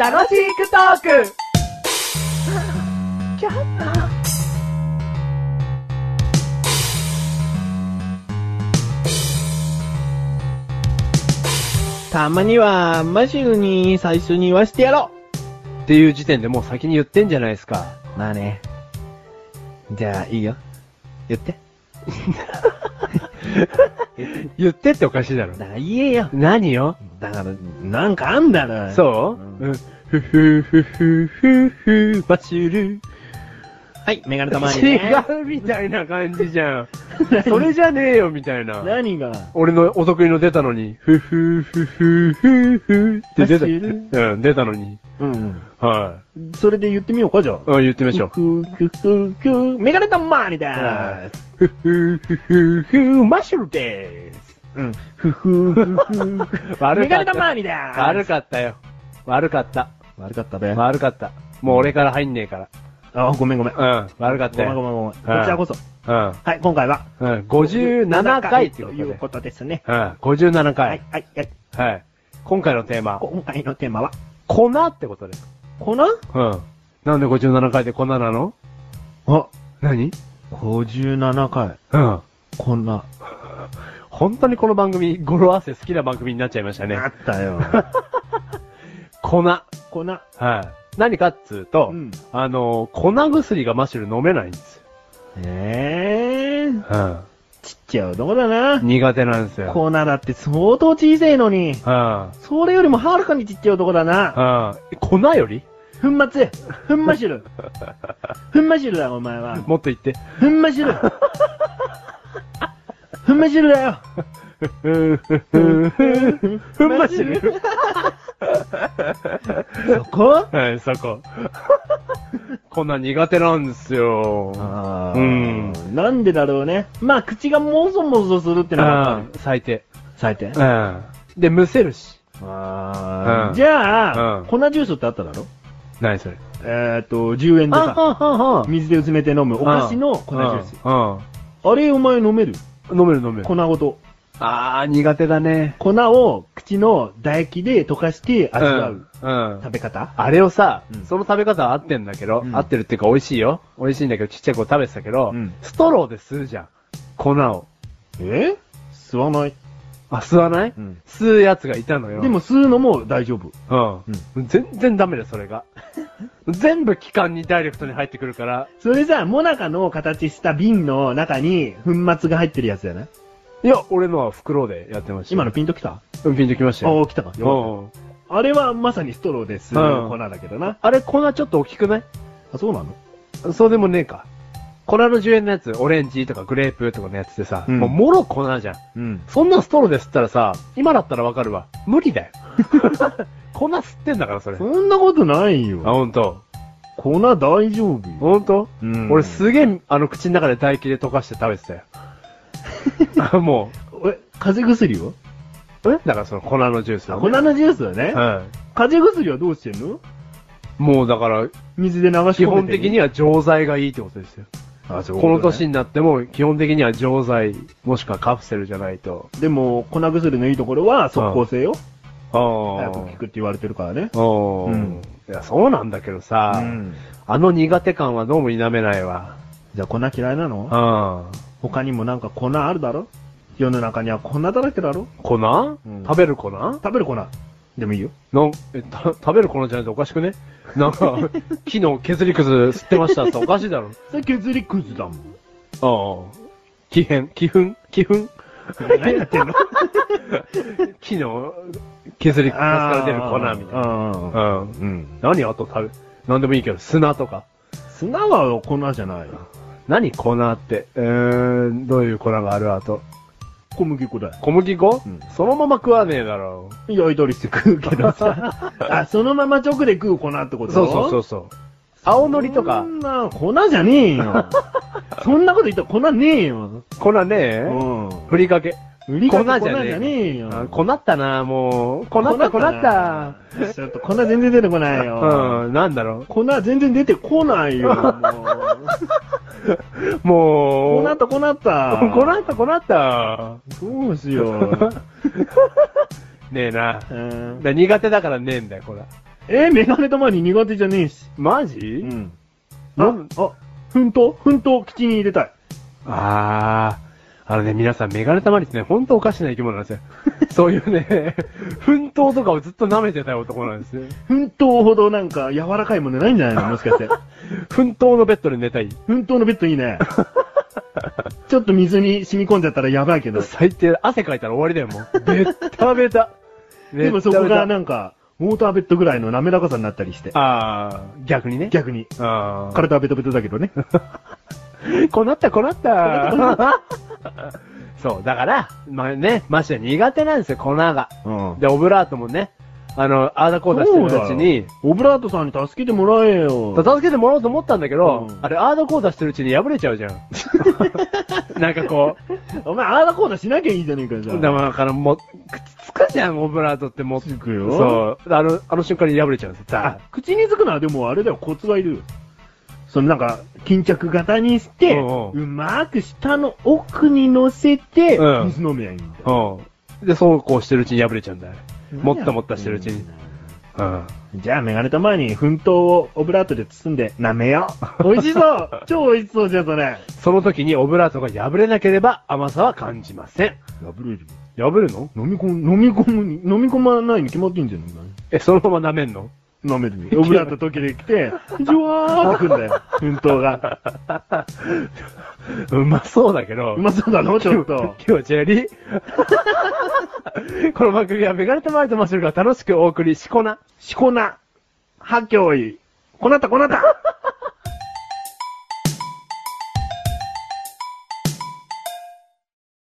楽しくトークたまには、マジルに最初に言わしてやろうっていう時点でもう先に言ってんじゃないですか。まあね。じゃあ、いいよ。言って。言ってっておかしいだろだ。から言えよ。何よだから、なんかあんだろ。そううふふふふふふ、マジル。はい、メガネたまに、違ね。うみたいな感じじゃん。それじゃねえよみたいな。何が俺のお得意の出たのに、ふふふふふふって出た。マジうん、出たのに。うん。はそれで言ってみようか、じゃあい。。うん、言ってみましょう。くくくくメガネたまにだふふふふふ、マッシュルでーす。うん。ふふふふ。 メガネたまにだー悪かったよ。悪かった。悪かったべ。悪かった。もう俺から入んねえかあ、ごめんごめん。ごら。うん、悪かっためんごよ。めんごめん。こちうんらこそ。うん。はい、今回は。うん、57回とといいううここととですね。で。うん、57は回い。、はい、はい。はい。今回のテーマ、今回のテーマは、粉ってことです。粉うん。なんで57回で粉なのあ、何57回。うん。こんな。本当にこの番組、語呂合わせ好きな番組になっちゃいましたねあ。ったよ。粉。は 粉。い。何かっつうと、うんあのー、粉薬がマシュル飲めないんですよ。えー、うん。ちっちゃい男だな。苦手なんですよ。粉だって相当小さいのに。うん。それよりもはるかにちっちゃい男だな。うん。粉より粉末。粉末汁。粉末汁だ、お前は。もっと言って。粉末汁。粉末汁だよ。ふんましる。そこはい、そこ。こんなん苦手なんですよ。あーうん。なんでだろうね。まあ、口がもぞもぞするってのはわかる。うん最低。最低。うん。で、むせるし。あうんーじゃうんあ、粉ジュースってあっただろ何それ。えーっと、10円でさ、あ、あ、水で薄めて飲むお菓子の粉ジュース。ーあれ、お前飲めるス。うん。飲める飲める粉。ごと。あー、苦手だね。粉を口の唾液で溶かして味わう。うん。うん食べ方あれをさう、んその食べ方は合ってんだけどう、ん合ってるっていうか美味しいよ。美味しいんだけど、ちっちゃい子食べてたけどうん、ストローで吸うじゃん。粉を。え吸わない。あ、吸わないうん吸うやつがいたのよ。でも吸うのも大丈夫。うん。全然ダメだよ、それが。全部気管にダイレクトに入ってくるから。それさ、モナカの形した瓶の中に粉末が入ってるやつだよね。いや、俺のは袋でやってました。今のピンときたうんピンときましたあよ。あ、来たか。よかうんったあれはまさにストローで吸う粉だけどな。あれ、粉ちょっと大きくないあ、そうなのそうでもねえか。粉の10円のやつ、オレンジとかグレープとかのやつでさ、うんもうもろ粉じゃん。うん。そんなストローで吸ったらさ、今だったらわかるわ。無理 だよ。粉吸ってんだから、それ。あ、そんなことないよ。ほんと。粉大丈夫よ。ほんとうん俺すげえ、あの、口の中で唾液で溶かして食べてたよ。 あもえ、風邪薬はう、えだからその粉のジュース、粉のジュースだね。うん。風邪薬はどうしてんのもうだから、水で流し込んで。基本的には錠剤がいいってことですよ。あ、そういうこのとね年になっても、基本的には錠剤、もしくはカプセルじゃないと。でも、粉薬のいいところは即効性よ。あ早く効くって言われてるからね。あーうんいや、そうなんだけどさ、うんあの苦手感はどうも否めないわ。じゃあ粉嫌いなのうん。他にもなんか粉あるだろ世の中には粉だらけだろ粉、ん食べる粉なん食べる粉。でもいいよ。えた食べる粉じゃないとおかしくねなんか、 木の削りくず吸ってましたっておかしいだろ。それ削りくずだもん。ああ。気変、気粉、気粉。何やってんの木の削りかすから出る粉みたいな。な。うん。うん。何あと食べ、何でもいいけど、砂とか。砂は粉じゃないよ。何粉って。うーん、どういう粉があるあと。小麦粉だよ。小麦粉、うんそのまま食わねえだろ焼いたりして食うけどさ。あ、そのまま直で食う粉ってこう。とそうそうそうそう。青のりとかそ、んな、粉じゃねえよ。そんなこと言ったら粉ねえよ。粉ねえ、うん。ふりかけ。売り方粉粉じじゃゃねえねえよ。あ粉ったな、もう。粉った、粉った。た。ちょっと粉全然出てこないよ。うん、なんだろ粉全然出てこない よ。う。ももう。う粉と粉った。粉った、粉った。 どうしよう。ねえな。うん。だ苦手だからねえんだよ、これ。えー、メガネたまに苦手じゃねえし。マジうう。んん。なあ、あ、奮闘奮闘口に入れたい。あー。あのね、皆さん、メガネたまりってね、ほんとおかしな生き物なん ですよ。そういうね、奮闘とかをずっと舐めてた男なんですね。奮闘ほどなんか柔らかいものないんじゃない のもしかして。奮闘のベッドで寝たい。奮闘のベッドいい ね。ちょっと水に染み込んじゃったらやばいけど。最低、汗かいたら終わりだよ、もう。ベッタベタ。でもそこがね。なんか、モーターベッドぐらいの滑らかさになったりして。あー、逆にね。逆に。あー。体はベトベトだけ どね。こうなった、こうなっ。こうなったそう、だから、まあね、マシは苦手なんですよ、粉が。うん。で、オブラートもね、あの、あーだこうだしてるうちに、オブラートさんに助けてもらえよ。助けてもらおうと思ったんだけど、うんあれ、アードコーダしてるうちに破れちゃうじゃん。 なんかこう、お前、あーだこーだしなきゃいいじゃねえか、じゃあ。だからもう、くっつくじゃん、オブラートってもう。つくよ。そう。あの、あの瞬間に破れちゃうんですよ。ザあ、口につくのはでもあれだよ、コツがいるよ。そのなんか、巾着型にして、うんううまーく下の奥に乗せて、うん水飲みゃいいんだよ。ーうん。で、そうこうしてるうちに破れちゃうんだよ。もったもったしてるうちに。うん。じゃあ、メガネたまに、奮闘をオブラートで包んで、舐めよう。美味し そう超美味しそうじゃん、それ。その時にオブラートが破れなければ甘さは感じません。破れる。破るの飲み込む、飲み込むに、飲み込まないに決まってんじゃん、え、そのまま舐めんの舐めるよ。オブラート溶けてきて、じゅわーってくんだよ、奮闘が。うまそうだけど。うまそうだろ、ちょっと。気持ち悪い。 この番組はメガネたまりとマッシュルが楽しくお送りしこな。しこな、はきょうい、こなたこなた